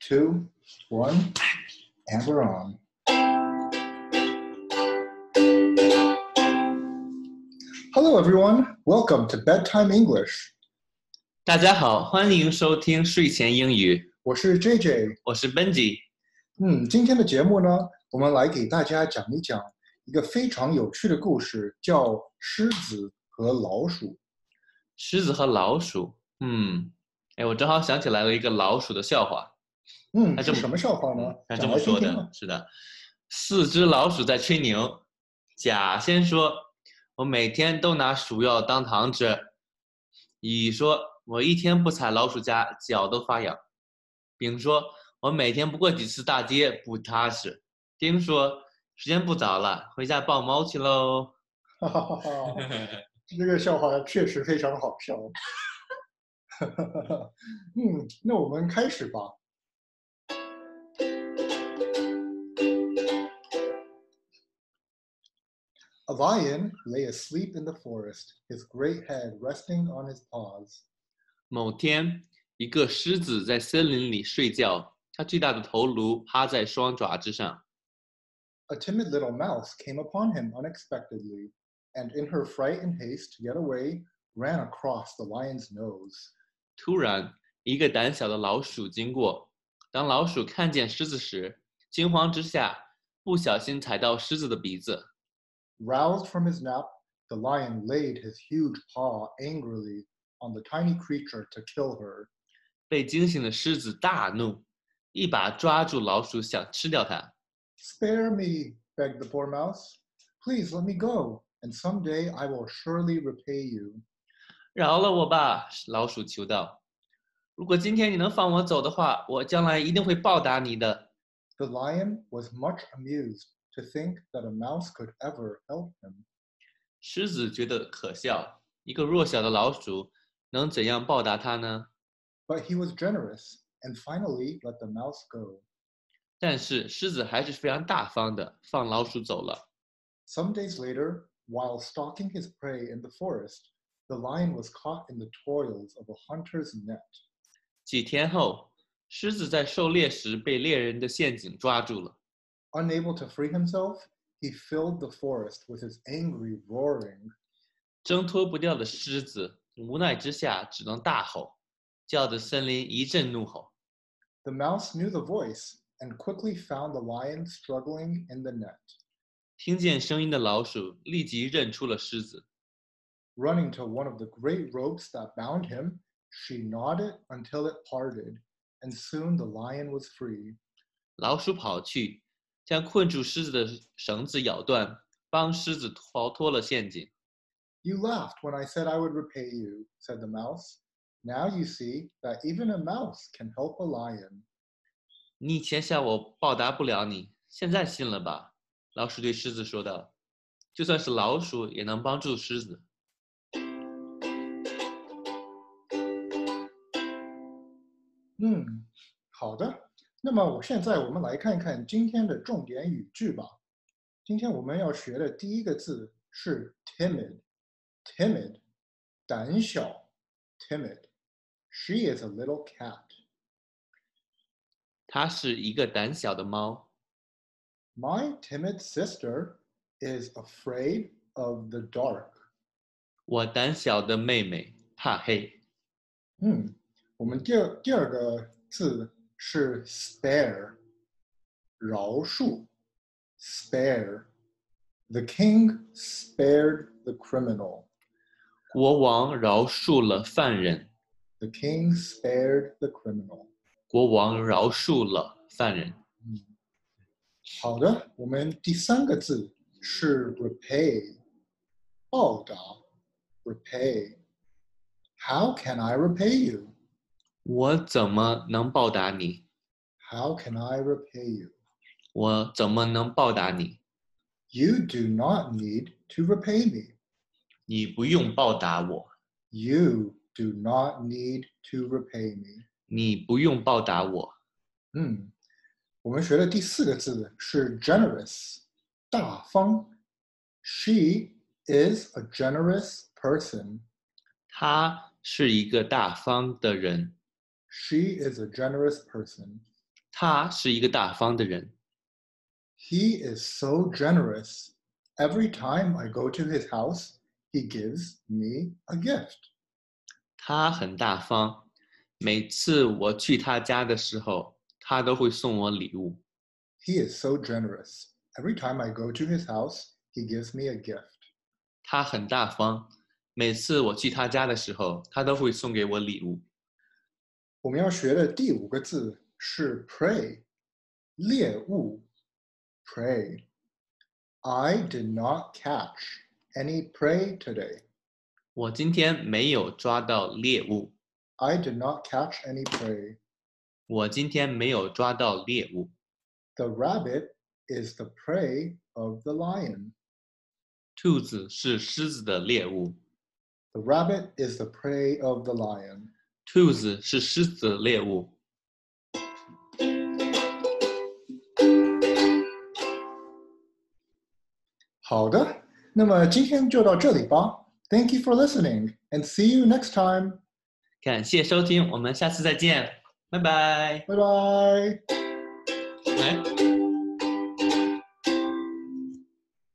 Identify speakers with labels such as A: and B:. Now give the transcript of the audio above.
A: two, one, and we're on. Hello, everyone. Welcome to Bedtime English.
B: 大家好，欢迎收听睡前英语，
A: 我是 JJ。
B: 我是 Benji。
A: 嗯，今天的节目呢，我们来给大家讲一讲一个非常有趣的故事，叫《狮子和老鼠》。
B: 狮子和老鼠，嗯，哎，我正好想起来了一个老鼠的笑话，
A: 嗯，
B: 那
A: 是
B: 这么
A: 什么笑话呢？
B: 他这
A: 讲
B: 么
A: 来听
B: 说
A: 听吧
B: 的。，是的，四只老鼠在吹牛。甲先说：“我每天都拿鼠药当糖吃。”乙说：“我一天不踩老鼠夹，脚都发痒。”丙说：“我每天不过几次大街，不踏实。”丁说：“时间不早了，回家抱猫去喽。”
A: 哈哈哈哈。这个笑话确实非常好笑。 嗯，那我们开始吧。A lion lay asleep in the forest, his great head resting on his paws.
B: 某天，一个狮子在森林里睡觉，它巨大的头颅趴在双爪之上。
A: A timid little mouse came upon him unexpectedly, and in her fright and haste to get away, ran across the lion's nose.
B: 突然，一个胆小的老鼠经过。当老鼠看见狮子时，惊慌之下不小心踩到狮子的鼻子。
A: Roused from his nap, the lion laid his huge paw angrily on the tiny creature to kill her.
B: 被惊醒的狮子大怒，一把抓住老鼠，想吃掉它。
A: Spare me, begged the poor mouse. Please let me go, and someday I will surely repay you.
B: 饶了我吧，老鼠求道。如果今天你能放我走的话，我将来一定会报答你的。
A: The lion was much amused to think that a mouse could ever help him.
B: 狮子觉得可笑，一个弱小的老鼠能怎样报答它呢？
A: But he was generous and finally let the mouse go.
B: 但是狮子还是非常大方的，放老鼠走了。
A: Some days later, while stalking his prey in the forest, the lion was caught in the toils of a hunter's net.
B: 几天后，狮子在狩猎时被猎人的陷阱抓住了。
A: Unable to free himself, he filled the forest with his angry roaring.
B: 挣脱不掉的狮子无奈之下只能大吼，叫得森林一阵怒吼。
A: The mouse knew the voice and quickly found the lion struggling in the net.
B: 听见声音的老鼠立即认出了狮子，
A: Running to one of the great ropes that bound him, she gnawed it until it parted, and soon the lion was free.
B: 老鼠跑去将困住狮子的绳子咬断，帮狮子逃脱了陷阱。
A: You laughed when I said I would repay you, said the mouse. Now you see that even a mouse can help a lion.
B: 你以前笑我报答不了你，现在信了吧？老鼠对狮子说道：“就算是老鼠也能帮助狮子。
A: 嗯，好的。那么我现在我们来看看今天的重点语句吧。今天我们要学的第一个字是 timid，timid，胆小，timid。She is a little cat.
B: 它是一个胆小的猫。
A: My timid sister is afraid of the dark.
B: 我胆小的妹妹怕黑。
A: 嗯，我们第二第二个字是 spare，饶恕，spare。The king spared the criminal.
B: 国王饶恕了犯人。
A: The king spared the criminal.
B: 国王饶恕了犯人。
A: 嗯，好的，我们第三个字是 repay，报答，repay。How can I repay you?
B: 我怎么能报答你？
A: How can I repay you?
B: 我怎么能报答你？
A: You do not need to repay me.
B: 你不用报答我，
A: You do not need to repay me.
B: 你不用报答我。
A: 嗯，我们学的第四个字是 generous，大方。She is a generous person.
B: 他是一个大方的人。
A: She is a generous person.
B: 他是一个大方的人。
A: He is so generous. Every time I go to his house, he gives me a gift.
B: 他很大方，每次我去他家的时候，他都会送我礼物。
A: He is so generous. Every time I go to his house, he gives me a gift.
B: 他很大方，每次我去他家的时候，他都会送给我礼物。
A: 我们要学的第五个字是 prey，猎物，prey。I did not catch any prey today.
B: 我今天没有抓到猎物，
A: I did not catch any prey.
B: 我今天没有抓到猎物。
A: The rabbit is the prey of the lion.
B: 兔子是狮子的猎物，
A: The rabbit is the prey of the lion.
B: 兔子是狮子的猎物。
A: 好的，那么今天就到这里吧。Thank you for listening, and see you next time.
B: 感谢收听，我们下次再见，拜拜。
A: Bye bye.
B: 哎。